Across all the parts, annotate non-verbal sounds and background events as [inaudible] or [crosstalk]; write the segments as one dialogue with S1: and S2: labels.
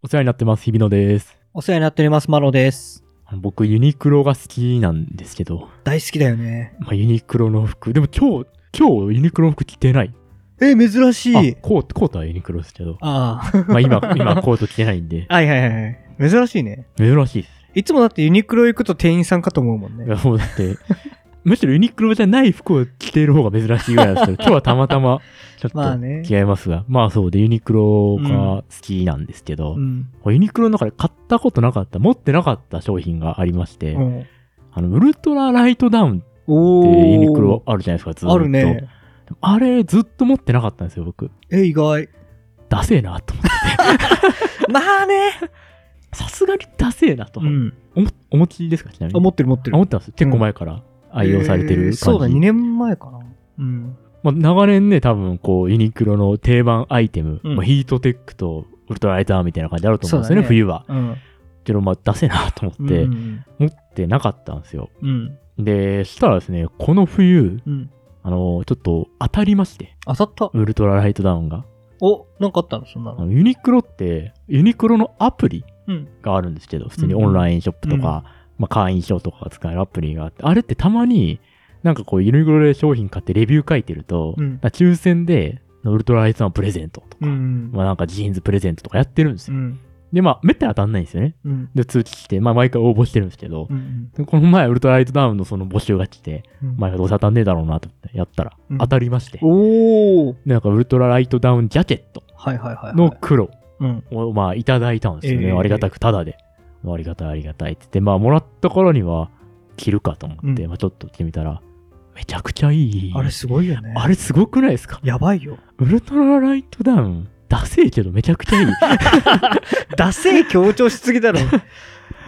S1: お世話になってます、日比野です。
S2: お世話になっております、マロです。
S1: あの僕、ユニクロが好きなんですけど、
S2: 大好きだよね。
S1: まあ、ユニクロの服、でも今日、今日ユニクロの服着てない。
S2: え、珍しい
S1: あ。コート、コートはユニクロです
S2: [laughs]
S1: けど、
S2: ああ。
S1: まあ今、今コート着てないんで、
S2: はいはいはいはい。珍しいね。
S1: 珍しいです。
S2: いつもだってユニクロ行くと店員さんかと思うもん
S1: い
S2: ね。
S1: やもうだ
S2: [laughs]
S1: って、むしろユニクロじゃない服を着ている方が珍しいぐらい
S2: [laughs]
S1: ですけど、今日はたまたま、ちょっと
S2: まあね
S1: 違いますが、まあそうで、ユニクロが好きなんですけど
S2: う、ん。
S1: ユニクロの中で買ったことなかった、持ってなかった商品がありまして、
S2: うん
S1: あの、ウルトラライトダウン
S2: お
S1: って
S2: ー。
S1: ユニクロあるじゃないですか、ずーっと。
S2: あるね。
S1: あれ、ずっと持ってなかったんですよ、僕。
S2: え、意外。
S1: ダセえな
S2: [laughs]
S1: と思って。
S2: まあね。
S1: さすがにダセえなと。
S2: うん。
S1: おもお持ちですか、ちなみ
S2: あ、
S1: に。
S2: 持ってる持っ
S1: あ
S2: てる
S1: 持。ってます。結構前から愛用されてる
S2: え
S1: 感
S2: ー
S1: じ。
S2: そうだ、2年前かな。うん。
S1: まあ、長年ね、多分こう、ユニクロの定番アイテム、
S2: うん
S1: まあ、ヒートテックとウルトラライターみたいな感じあると思うんですよね、
S2: そうだね
S1: 冬は。
S2: うん。
S1: けど、まあ、ダセえなと思って、
S2: うん。
S1: 持ってなかったんですよ。
S2: うん。
S1: で、したらですね、この冬、
S2: うん。
S1: あの、ちょっと当たりまして、
S2: 当たった。
S1: ウルトラライトダウンが。
S2: お、なんかあったのそんな
S1: あの
S2: の。
S1: ユニクロって、ユニクロのアプリ
S2: うん。
S1: があるんですけど、普通にオンラインショップとか、まあ、会員証とかが使えるアプリがあって、あれってたまに、なんかこう、ユニクロで商品買ってレビュー書いてると、
S2: うん
S1: なんか抽選で、ウルトラライトのプレゼントと
S2: う
S1: か、
S2: ん。
S1: まあなんかジーンズプレゼントとかやってるんです
S2: う
S1: よ。
S2: ん。
S1: で、まあ、めったに当たんないんですよね。
S2: うん。
S1: で、通知来て、まあ毎回応募してるんですけど、
S2: うん。
S1: でこの前、ウルトラライトダウンのその募集が来て、
S2: うん
S1: まあどうせ当たんねえだろうなと思って、やったら
S2: う、ん
S1: 当たりまして、
S2: おー。
S1: なんかウルトラライトダウンジャケット
S2: はいはいはいはい。
S1: の黒
S2: うん。
S1: をまあいただいたんですよね。
S2: ええ
S1: ありがたくただで。ありがたいありがたいって言って、まあもらった頃には着るかと思って、
S2: うん
S1: まあちょっと着てみたら、めちゃくちゃいい。
S2: あれすごいよね。
S1: あれすごくないですか
S2: やばいよ。
S1: ウルトラライトダウン、ダセえけどめちゃく
S2: [laughs]
S1: ちゃいい。
S2: ダセー強調しすぎ [laughs] だろ。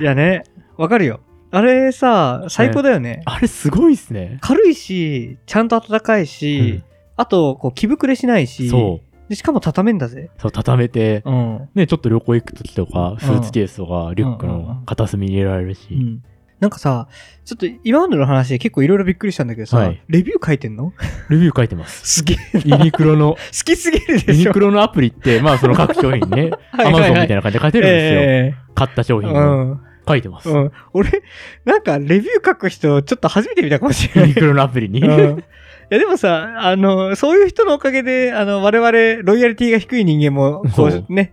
S2: いやね、わかるよ。あれさ、最高だよね。
S1: あれすごいっすね。
S2: 軽いし、ちゃんと暖かいし、
S1: うん
S2: あと、こう、着膨れしないし、
S1: そう。
S2: でしかも畳めんだぜ。
S1: そう、畳めて、
S2: うん。
S1: ね、ちょっと旅行行く時とか、スーツケースとか、リュック
S2: うんうんう
S1: の
S2: ん
S1: 片隅に入れられる
S2: う
S1: し。
S2: ん。なんかさ、ちょっと今までの話で結構いろいろびっくりしたんだけどさ、
S1: はい
S2: レビュー書いてんの
S1: レビュー書いてます。
S2: [laughs] すげえ
S1: ユニクロの、
S2: 好きすぎる
S1: ユ
S2: で
S1: ニ
S2: しょ。
S1: クロのアプリって、まあその各商
S2: [laughs]
S1: 品ね、アマゾンみたい
S2: な。
S1: な感じで書いてるんですよ。
S2: え
S1: 買った商
S2: え
S1: 品を
S2: うん。
S1: 書いてます。
S2: うん。俺、なんか、レビュー書く人、ちょっと初めて見たかもしれ
S1: ユ
S2: ない
S1: ニ。クロのアプリに。
S2: うんいやでもさ、あの、そういう人のおかげで、あの、我々、ロイヤリティが低い人間も、
S1: そ
S2: こ
S1: う
S2: うね、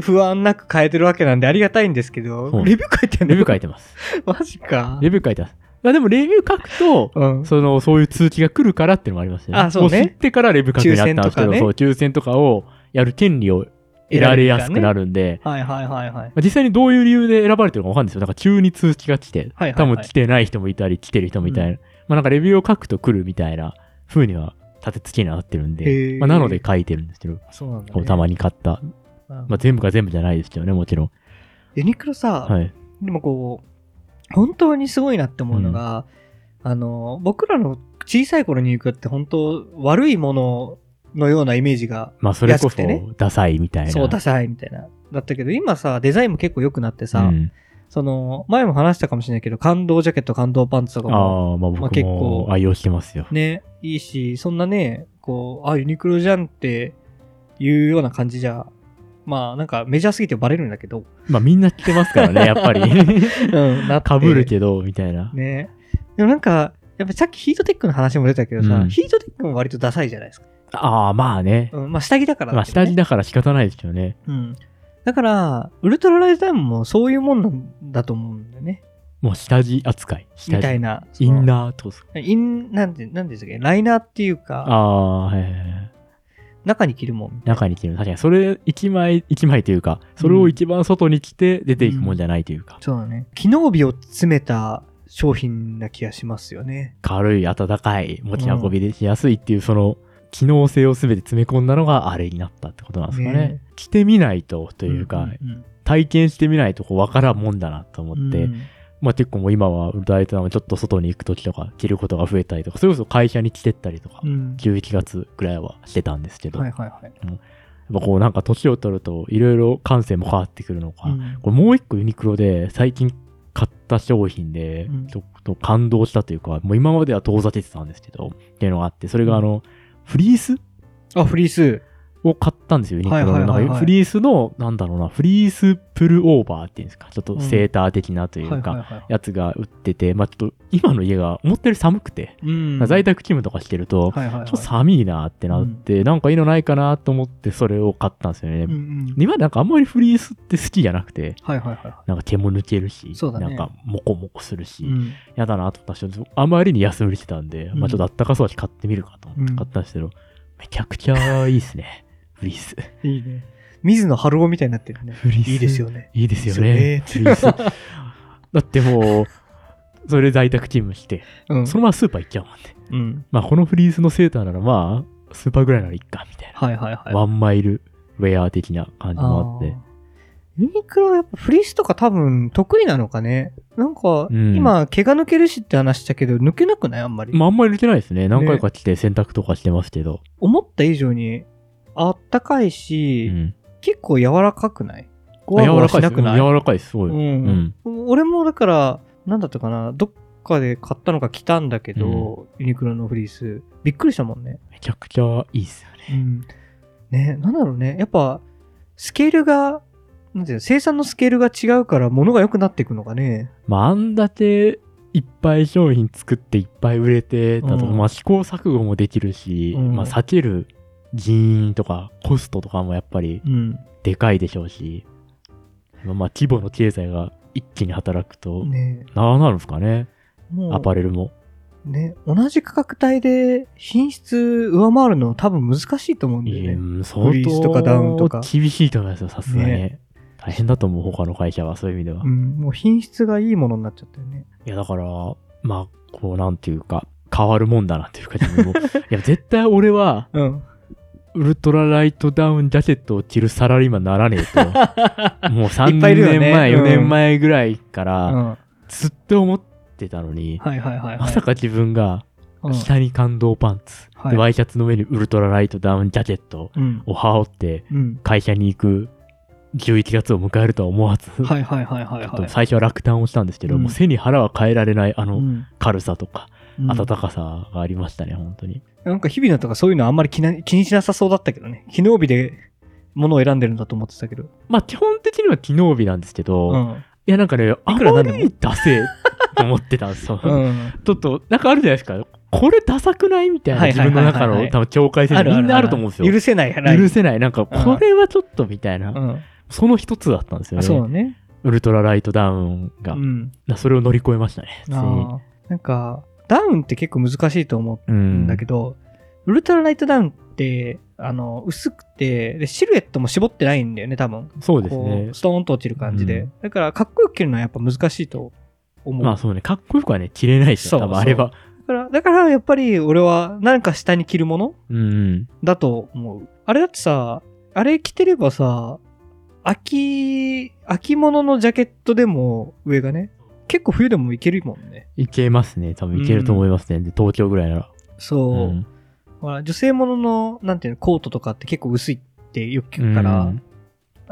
S2: 不安なく変えてるわけなんでありがたいんですけ
S1: そう
S2: ど、レビュー書いてんの
S1: レビュー書い
S2: て
S1: てます。
S2: マジか。
S1: レビュー書いてます。まあでもレビュー書くと、
S2: うん。
S1: その、そういう通知が来るからっていうのもありますよね。
S2: あそうね
S1: も知ってからレビュー書くようになったんですけど、
S2: 抽選とかね
S1: そう、抽選とかをやる権利を得られやすくなるんで、
S2: はいはいはいはい。
S1: まあ実際にどういう理由で選ばれてるかわかんないですよ。なんか急に通知が来て、
S2: はいはいはい
S1: 多分来てない人もいたり、来てる人もいたり、
S2: う
S1: まあなんかレビューを書くと来るみたいな風には立て付けになってるん
S2: へ
S1: で、
S2: ー
S1: まあなので書いてるんですけど、
S2: そうなんだ、
S1: こ
S2: ね。
S1: うたまに買った。
S2: うん
S1: まあ全部が全部じゃないですけどね、もちろん。
S2: ユニクロさ、
S1: はい。
S2: でもこう、本当にすごいなって思うのが、あの、僕らの小さい頃に行くって本当、悪いもののようなイメージが、
S1: まあそれこ
S2: 安くてね
S1: そ、ダサいみたいな。
S2: そう、ダサいみたいな。だったけど、今さ、デザインも結構良くなってさ、
S1: うん
S2: その、前も話したかもしれないけど、感動ジャケット、感動パンツとかも、
S1: ああ、まあ
S2: まあ
S1: 僕
S2: 結
S1: も
S2: 構
S1: 愛用してますよ。
S2: ね、いいし、そんなね、こう、あ、ユニクロじゃんっていうような感じじゃ、まあなんかメジャーすぎてバレるんだけど、
S1: まあみんな着てますから
S2: [laughs]
S1: ね、やっぱり。
S2: うん、なって
S1: かぶるけど、みたいな。
S2: ね。でもなんか、やっぱさっきヒートテックの話も出たけどさ、
S1: うん
S2: ヒートテックも割とダサいじゃないですか。
S1: ああ、まあね。
S2: うん、まあ下着だから
S1: まあ
S2: だけ
S1: 下
S2: どね、
S1: 地だから仕方ないですよね。
S2: うん。だから、ウルトラライトダウンもそういうもんなんだと思うんだよね。
S1: もう下地扱い。下
S2: みた
S1: 地。
S2: いな。
S1: イン
S2: ナ
S1: ナーとか。
S2: ー。イン、なんて、なんていうんですかライナーっていうか、
S1: ああ、はいはいはい。
S2: 中に着るもん。
S1: 中に着るの確かにそれ一枚一枚というかそれを一番外に着て出ていくもんじゃないというか、
S2: そうだね。機能美を詰めた商品な気がしますよね。
S1: 軽い暖かい持ち運びでしやすいっていうその機能性を全て詰め込んだのがあれになったってことなんですかね
S2: ね
S1: 着てみないとというか、
S2: んん
S1: 体験してみないとこう分からんもんだなと思
S2: うん
S1: って、
S2: うん
S1: まあ結構もう今はウルトライトナムちょっと外に行く時とか着ることが増えたりとかそれこそ会社に着てったりとか、
S2: うん
S1: 11月ぐらいはしてたんですけど、
S2: は
S1: や
S2: い
S1: っ
S2: はいはい。
S1: ぱこうなんか年を取るといろいろ感性も変わってくるのか、
S2: うん
S1: これもう一個ユニクロで最近買った商品で
S2: うん
S1: ちょっと感動したというか、もう今までは遠ざけてたんですけどっていうのがあってそれがあの、フリース
S2: あ、フリース。
S1: を買ったんですよ、ユニクロの。
S2: はいはいはいはい
S1: なんかフリースの、なんだろうな、フリースプルオーバーっていうんですか、ちょっとセーター的なというか、
S2: はいはいはい
S1: やつが売ってて、まあ、ちょっと今の家が思ったより寒くて、
S2: うん
S1: 在宅勤務とかしてると、
S2: はいはいはい
S1: ちょっと寒いなってなって、なんかいいのないかなと思ってそれを買ったんですよね。
S2: うんうん
S1: 今なんかあんまりフリースって好きじゃなくて、
S2: はいはいはいは
S1: なんか毛も抜けるし、
S2: そうだね
S1: なんかモコモコするし、
S2: いうん
S1: やだなと思ったし、あまりに安売りしてたんで、
S2: うん
S1: まあちょっとあったかそうだし買ってみるかと思って買ったんですけど、めちゃくちゃいいですね。 [laughs] フリー
S2: [laughs]
S1: ス。
S2: いいね水野晴郎みたいになってるね
S1: フリース
S2: いいですよね
S1: いいですよね。
S2: いいですよね
S1: フリー
S2: [laughs]
S1: スだってもう、それ在宅勤務して、
S2: うん
S1: そのままスーパー行っちゃうもんね。
S2: うん
S1: まあこのフリースのセーターならまあ、スーパーぐらいならいっか、みたいな。
S2: はいはいはい
S1: ワンマイルウェア的な感じもあって。
S2: ユニクロはやっぱフリースとか多分得意なのかね。なんか、
S1: うん
S2: 今、毛が抜けるしって話したけど、抜けなくないあんまり。
S1: まああんまり売れてないですね。何回か来て洗濯とかしてますけど。
S2: 思った以上に、あったかいうし、
S1: ん、
S2: 結構柔らかくないゴ
S1: あ
S2: ワ
S1: 柔
S2: ゴ
S1: ら
S2: ワ
S1: か
S2: し
S1: いで
S2: な
S1: す。
S2: く
S1: うん
S2: ない
S1: 柔らかいです、すごい。うん。
S2: うん俺もだから、なんだったかな、どっかで買ったのか着たんだけど、ユニクロのフリース。びっくりしたもんね。
S1: めちゃくちゃいいですよね。
S2: ね、なんだろうね。やっぱ、スケールが、なんていうの、生産のスケールが違うから、物が良くなっていくのかね。
S1: まああんだけいっぱい商品作っていっぱい売れて、だと
S2: うん
S1: まあ試行錯誤もできるし、
S2: うん
S1: まあ避ける人員とかコストとかもやっぱり
S2: うん。
S1: でかいでしょうし、まあまあ規模の経済が一気に働くと、
S2: ね
S1: なんなるんですかね、
S2: もう
S1: アパレルも。
S2: ね、同じ価格帯で品質上回るの多分難しいと思うんだよ
S1: いや
S2: ね。
S1: うん相当
S2: フリースとかダウンとか
S1: 厳しいと思いますよ、さすがに。
S2: ね
S1: 大変だと思う、他の会社は、そういう意味では。
S2: う
S1: い
S2: ん、もう品質がいいものになっちゃったよね。
S1: や、だから、まあ、こう、なんていうか、変わるもんだなっていうか、自分も。
S2: [laughs]
S1: いや、絶対俺は、 [laughs]
S2: うん。
S1: ウルトラライトダウンジャケットを着るサラリーマンにならねえと、
S2: [laughs]
S1: もう3
S2: いっぱいいるよね
S1: 年前、
S2: う
S1: 4
S2: ん
S1: 年前ぐらいか
S2: う
S1: ら、
S2: ん。は
S1: ずっと思ってたのに
S2: い、はいはいはい。
S1: まさか自分が、
S2: うん、
S1: 下に感動パンツ、
S2: はい
S1: でワイシャツの上にウルトラライトダウンジャケット
S2: うん。
S1: を羽織って、
S2: うん。
S1: 会社に行く11月を迎えるとは思わず、
S2: はいはいはいはい
S1: ちょ
S2: は
S1: っと
S2: い。
S1: 最初は落胆をしたんですけど、
S2: うん
S1: もう背に腹は変えられないあの
S2: ん。
S1: 軽さとか、
S2: うん
S1: 暖かさがありましたね、本当に。
S2: なんか日々のとかそういうのあんまり気な気にしなさそうだったけどね。機能日で物を選んでるんだと思ってたけど。
S1: まあ、基本的には機能日なんですけど、
S2: う
S1: い
S2: ん。
S1: や、なんかね、あ
S2: くらな
S1: ま
S2: んでも
S1: りにダセえと思ってたんですよ。
S2: うん。
S1: ちょっと、なんかあるじゃないですか。これダサくないみたいな、
S2: はい
S1: 自
S2: はい
S1: 分の
S2: はいは
S1: 中
S2: い
S1: の多分境界線みんなあると思うんですよ。
S2: 許せない。
S1: 許せない。なんか、これはちょっとみたいな、
S2: うん。
S1: その一つだったんですよ
S2: あ、そう
S1: ね。
S2: だね。
S1: ウルトラライトダウン
S2: う
S1: が。
S2: ん。
S1: なそれを乗り越えましたね。普通に
S2: あーなんか、ダウンって結構難しいと思う
S1: うんん
S2: だけど、ウルトラライトダウンって、あの、薄くて、でシルエットも絞ってないんだよね、多分。
S1: そうです
S2: こ
S1: ね
S2: う。ストーンと落ちる感じで。
S1: うん
S2: だから、かっこよく着るのはやっぱ難しいと思う。
S1: まあそうね、かっこよくはね、着れないです
S2: そう
S1: よ、多分あれは。
S2: だから、だからやっぱり俺は、なんか下に着るもの
S1: うん
S2: だと思う。あれだってさ、あれ着てればさ、秋、秋物のジャケットでも、上がね、結構冬でもいけるもんね。
S1: いけますね、多分いけると思いますね。で東京ぐらいなら。
S2: そう。
S1: ん
S2: ほら、女性ものの、なんていうの、コートとかって結構薄いってよく聞くから、
S1: うん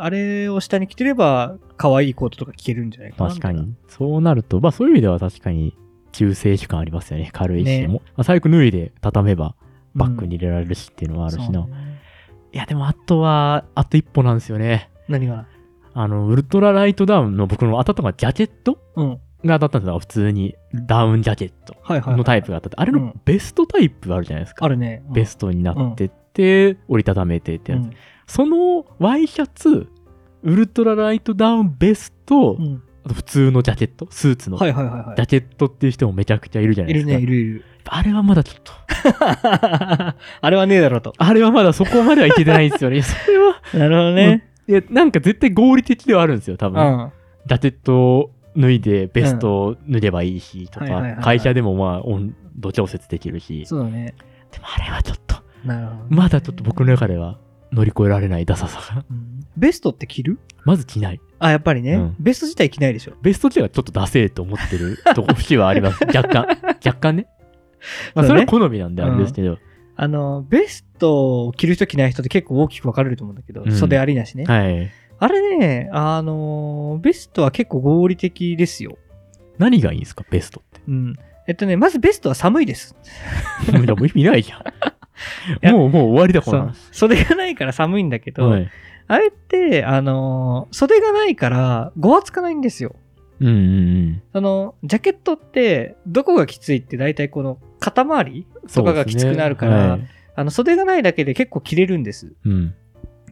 S2: あれを下に着てれば、可愛いコートとか着けるんじゃないかな。
S1: 確か。に。そうなると、まあそういう意味では確かに、中性主感ありますよね、軽いし。
S2: ね
S1: もうまあ、最悪脱いで畳めば、バッグに入れられるしっていうのはあ
S2: あ
S1: るしな。いや、でもあとは、あと一歩なんですよね。
S2: 何がな
S1: あの、ウルトラライトダウンの僕の当たったのがジャケット
S2: うん。はい
S1: が当たったんですよ、普通に。ダウンジャケット
S2: はい、はい。
S1: のタイプが当たって。あれの
S2: うん
S1: ベストタイプあるじゃないですか。
S2: あるね。
S1: ベストになってって、折りたためてって
S2: ト
S1: やつ、そのワイシャツウルトラライトダウンベスト、
S2: うん。うん
S1: あと普通のジャケットスーツの
S2: は
S1: ジ
S2: いはいはいは。
S1: ャケットっていう人もめちゃくちゃいるじゃないい
S2: い
S1: です
S2: る
S1: か、
S2: ね、いるいる。 [laughs]
S1: あれはまだちょっと
S2: あれはねえだろと。
S1: あれはまだそこまではいけてないんですよねい
S2: [laughs]
S1: やそれは
S2: なるほど
S1: ね。いやなんか絶対合理的ではあるんですよ多
S2: う
S1: 分、
S2: ん。
S1: ジャケットを脱いでベストを脱げばいいしとか、
S2: はいはいはいはい
S1: 会社でもまあ温度調節できるし
S2: そうだね。
S1: でもあれはちょっと
S2: なるほどね。
S1: まだちょっと僕の中では乗り越えられないダサさが [laughs]
S2: うんベストって着る
S1: まず着ない
S2: あ、やっぱりね、
S1: うん
S2: ベスト自体着ないでしょ。
S1: ベスト10はちょっとダセえと思ってるとこ節はあります。若干。若干ね。まあ、
S2: [laughs] そ
S1: そう
S2: ね
S1: れは好みなんであれですけど。
S2: あの、ベストを着る人着ない人って結構大きく分かれると思うんだけど、
S1: うん
S2: 袖ありなしね。
S1: はい。
S2: あれね、あのーベストは結構合理的ですよ。
S1: 何がいいんですかベストって。
S2: うん。えっとね、まずベストは寒いです。
S1: でも意味ないじゃん。
S2: や
S1: もう、もう終わりだ、こ
S2: そ
S1: の
S2: う袖がないから寒いんだけ
S1: 話。
S2: ど、
S1: はい。
S2: あれって、あのー袖がないから、ごわつかないんですよ。
S1: うんうん
S2: その、ジャケットって、どこがきついって大体この肩周り
S1: うん。
S2: とかがきつくなるから、
S1: そうですね
S2: あの、袖がないだけで結構着れるんです。
S1: はいうん。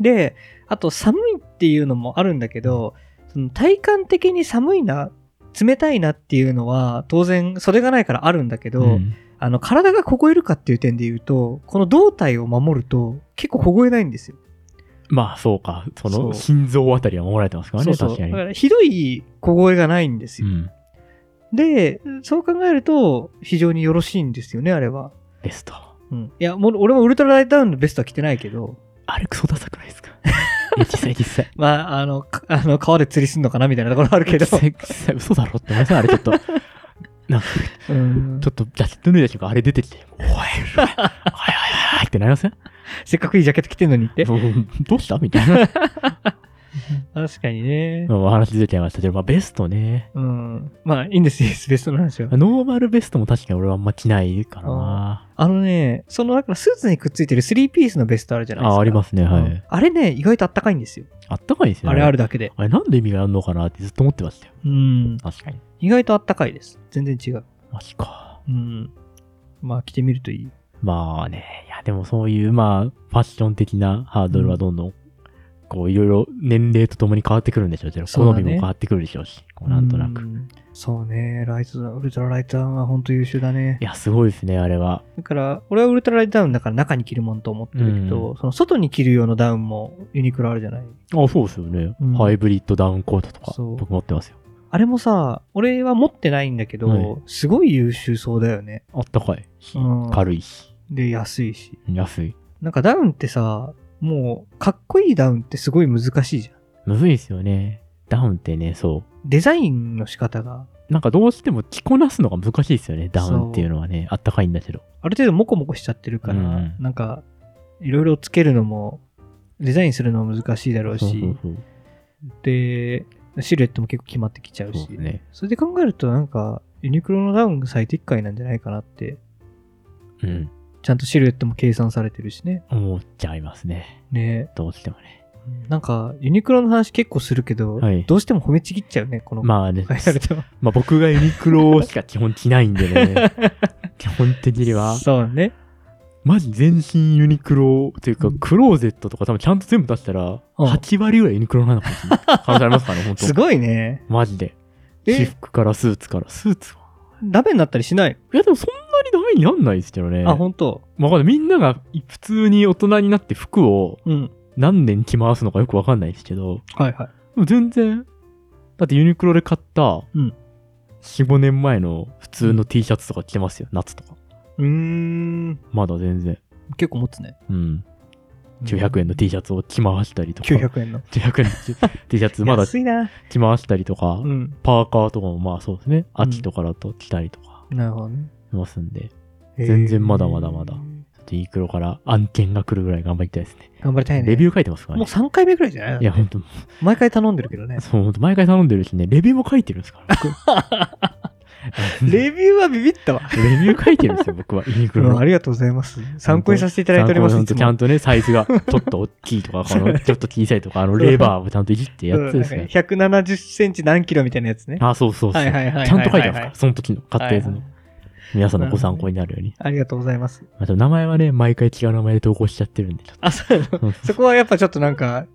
S2: で、あと寒いっていうのもあるんだけど、その体感的に寒いな、冷たいなっていうのは、当然袖がないからあるんだけど、
S1: うん
S2: あの、体が凍えるかっていう点で言うと、この胴体を守ると、結構凍えないんですよ。
S1: まあ、そうか。そ
S2: そ
S1: の、
S2: う
S1: 心臓あたりは守られてますから
S2: そ
S1: ね、
S2: うそう。
S1: 確
S2: だ
S1: か
S2: か
S1: に。
S2: ら、ひどい凍えがないんです
S1: う
S2: よ。
S1: ん。
S2: で、そう考えると、非常によろしいんですよね、あれは。
S1: ベスト。
S2: うん。いや、もう俺もウルトラライトダウンのベストは着てないけど、
S1: あれ、クソダサくないですかいや実際、実際。
S2: まあ、あの、か [laughs] あの川で釣りすんのかなみたいなところある
S1: [laughs]
S2: けど。
S1: 実際実際嘘だろって思いますあれちょっと。なんか、
S2: うん
S1: ちょっと、ジャケット脱いだ瞬間、あれ出てきて、おい、おい、おい、おいおいってなりません
S2: せっかくいいジャケット着てんのにって。
S1: うんどうしたみたいな
S2: 確かにね。
S1: うんお話出ちゃいましたけど、まあ、ベストね。
S2: うん。まあ、いいんです、いい [laughs] です、ベストの話は。
S1: ノーマルベストも確かに俺はあんま着ないかな。
S2: あのね、その、だからスーツにくっついてるスリーピースのベストあるじゃないですか。
S1: あ、ありますね。は
S2: うん
S1: い。
S2: あれね、意外とあったかいんですよ。
S1: あったかいですよ
S2: あ
S1: ね。
S2: れあるだけで。
S1: あれ、なんで意味があるのかなってずっと思ってましたよ。
S2: うん。
S1: 確かに。
S2: 意外とあったかいです。全然違う。
S1: マジか。
S2: うん。まあ、着てみるといい。
S1: まあね、いや、でもそういう、まあ、ファッション的なハードルはどんどん、こう、いろいろ年齢とともに変わってくるんでしょうけど、
S2: そう
S1: 好
S2: だ
S1: み
S2: ね
S1: も変わってくるでしょうし、こうなんとなく。
S2: う
S1: い
S2: ん。そうね、ライトダウン、ウルトラライトダウンは本当優秀だね。
S1: や、すごいですね、あれは。
S2: だから、俺はウルトラライトダウンだから中に着るもんと思ってるけど、その外に着る用のダウンもユニクロあるじゃない。
S1: あ、そうですよね
S2: うん。
S1: ハイブリッドダウンコートとか、
S2: そう
S1: 僕持ってますよ。
S2: あれもさ、俺は持ってないんだけど、
S1: はい
S2: すごい優秀そうだよね。
S1: あったかいし
S2: うん、
S1: 軽いし、
S2: で、安いし。
S1: 安い。
S2: なんかダウンってさ、もう、かっこいいダウンってすごい難しいじゃん。
S1: むずいですよね。ダウンってね、そ
S2: デザインの仕方が、
S1: う。なんかどうしても着こなすのが難しいですよね、ダウンっていうのはね。あったかいんだけど。
S2: ある程度モコモコしちゃってるから、
S1: うん
S2: なんか、いろいろつけるのも、デザインするのも難しいだろうし、
S1: そうそうそう
S2: で、シルエットも結構決まってきちゃう
S1: そう
S2: し、
S1: ですね。
S2: それで考えるとなんか、ユニクロのダウンが最適解なんじゃないかなって、
S1: うん。
S2: ちゃんとシルエットも計算されてるしね。
S1: 思っちゃいますね。
S2: ね
S1: どうしてもね。
S2: なんか、ユニクロの話結構するけど、
S1: はい
S2: どうしても褒めちぎっちゃうね、この、
S1: ま [laughs] あね、
S2: 返されても。
S1: まあ僕がユニクロしか基本着ないんで [laughs] ね。基本的には。
S2: そうね。
S1: マジ全身ユニクロというか
S2: うん、
S1: クローゼットとか多分ちゃんと全部出したら、
S2: うん
S1: 8割ぐらいユニクロなのかもしれない。可能性ありますからね、本当
S2: すごいね。
S1: マジで。私
S2: え、
S1: 服からスーツから。スーツは
S2: ダメになったりしない、
S1: いやでもそんなにダメになんないですけどね。
S2: あ、本当。
S1: わかんない。みんなが普通に大人になって服を
S2: うん。
S1: 何年着回すのかよくわかんないですけど、
S2: はいはい。
S1: でも全然、だってユニクロで買った、
S2: うん
S1: 4、5年前の普通の T シャツとか着てますよ、夏とか。
S2: うーん。
S1: まだ全然。
S2: 結構持つね。
S1: うん。900円の T シャツを着回したりとか。
S2: 900円の。
S1: 900円の T シャツ [laughs] まだ
S2: 安いな。
S1: 着回したりとか、
S2: うん。
S1: パーカーとかもまあそうですね、
S2: うん
S1: 秋とかだと着たりとか
S2: なるほどね。
S1: しますんで、全然まだまだまだ
S2: へー
S1: ちょっとユニクロから案件が来るぐらい頑張りたいですね。
S2: 頑張りたいね。
S1: レビュー書いてますから
S2: もう
S1: ね。
S2: 3回目ぐらいじゃない
S1: いや、本当
S2: 毎回頼んでるけどね。
S1: そう、ほんと毎回頼んでるし
S2: [laughs]
S1: ね、レビューも書いてるんですから。僕レ
S2: レビューはビビったわ。
S1: ビュー書いてるんですよ、僕
S2: [laughs]
S1: は、ユニク
S2: う
S1: ロ
S2: んあ
S1: の。
S2: りがとうございます。参考にさせていただいております。
S1: ちゃん
S2: い
S1: と
S2: つ
S1: ちゃ
S2: も
S1: んとね、サイズがちょっと大きいとか、こ
S2: [laughs]
S1: のちょっと小さいとか、あのレバーをちゃんといじってやって
S2: うん
S1: で
S2: なん
S1: す
S2: か
S1: ね。
S2: 170センチ何キロみたいなやつね。
S1: あ、そうそうそう。
S2: はい
S1: ち
S2: はいはいはいはい。
S1: ゃんと書いてますから、その時の買ったやつ
S2: はい
S1: の
S2: は。い
S1: 皆さんのご参考になるように。
S2: ありがとうございます。
S1: あと名前はね、毎回違う名前で投稿しちゃってるんで、ちょっ
S2: あ、そうなの
S1: と。うん
S2: そこはやっぱちょっとなんか、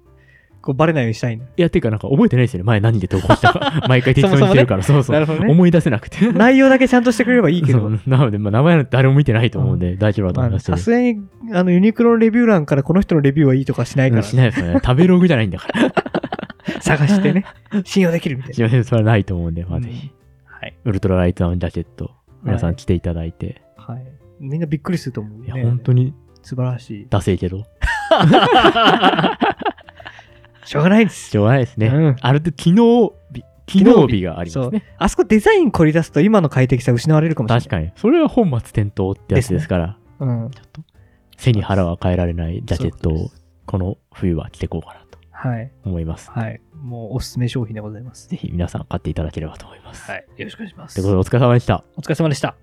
S2: こうバレないようにしたいんだ。
S1: いや、てかなんか覚えてないですよね。前何で投稿した
S2: [laughs]
S1: か。毎回適当にしてるから、そうそ
S2: な
S1: う。
S2: るほどね。
S1: 思い出せなくて。
S2: 内容だけちゃんとしてくれればいいけ
S1: そ
S2: ど。
S1: うなので、まあ、名前は誰も見てないと思うんで、大丈夫だと
S2: ま
S1: 思い
S2: あ
S1: ますけ
S2: さ
S1: ど。
S2: すがに、あの、ユニクロのレビュー欄からこの人のレビューはいいとかしないか
S1: うん
S2: ら、
S1: しないですよ
S2: [laughs]
S1: ね。食べログじゃないんだから。 [laughs]
S2: 探してね、 [laughs] 信用できるみたい
S1: すいません、それはないと思うんで、ま
S2: な。
S1: あ、ぜひ。
S2: はい。
S1: ウルトラライトダウンジャケット、皆さ
S2: は
S1: ん
S2: い、
S1: 着ていただいて。
S2: はい。みんなびっくりすると思う、ね。
S1: いや、本当に
S2: 素晴らしい。
S1: ダセいけど。
S2: しょうがないです。
S1: しょうがないですね。
S2: うん
S1: あれって昨日日、
S2: 日
S1: 昨日日がありますね。
S2: あそこデザイン凝り出すと今の快適さ失われるかもしれない。
S1: 確かに。それは本末転倒ってやつですから、
S2: かに。うん。
S1: ちょっと、背に腹は変えられないジャケット
S2: そういう
S1: を
S2: こ、
S1: この冬は着てこうかなと
S2: はい。
S1: 思います。
S2: はい。もうおすすめ商品でございます。
S1: ぜひ皆さん買っていただければと思います。
S2: い。よろしくお願いしま
S1: とい
S2: す
S1: うこ。とで、お疲れ様でした。
S2: お疲れ様でした。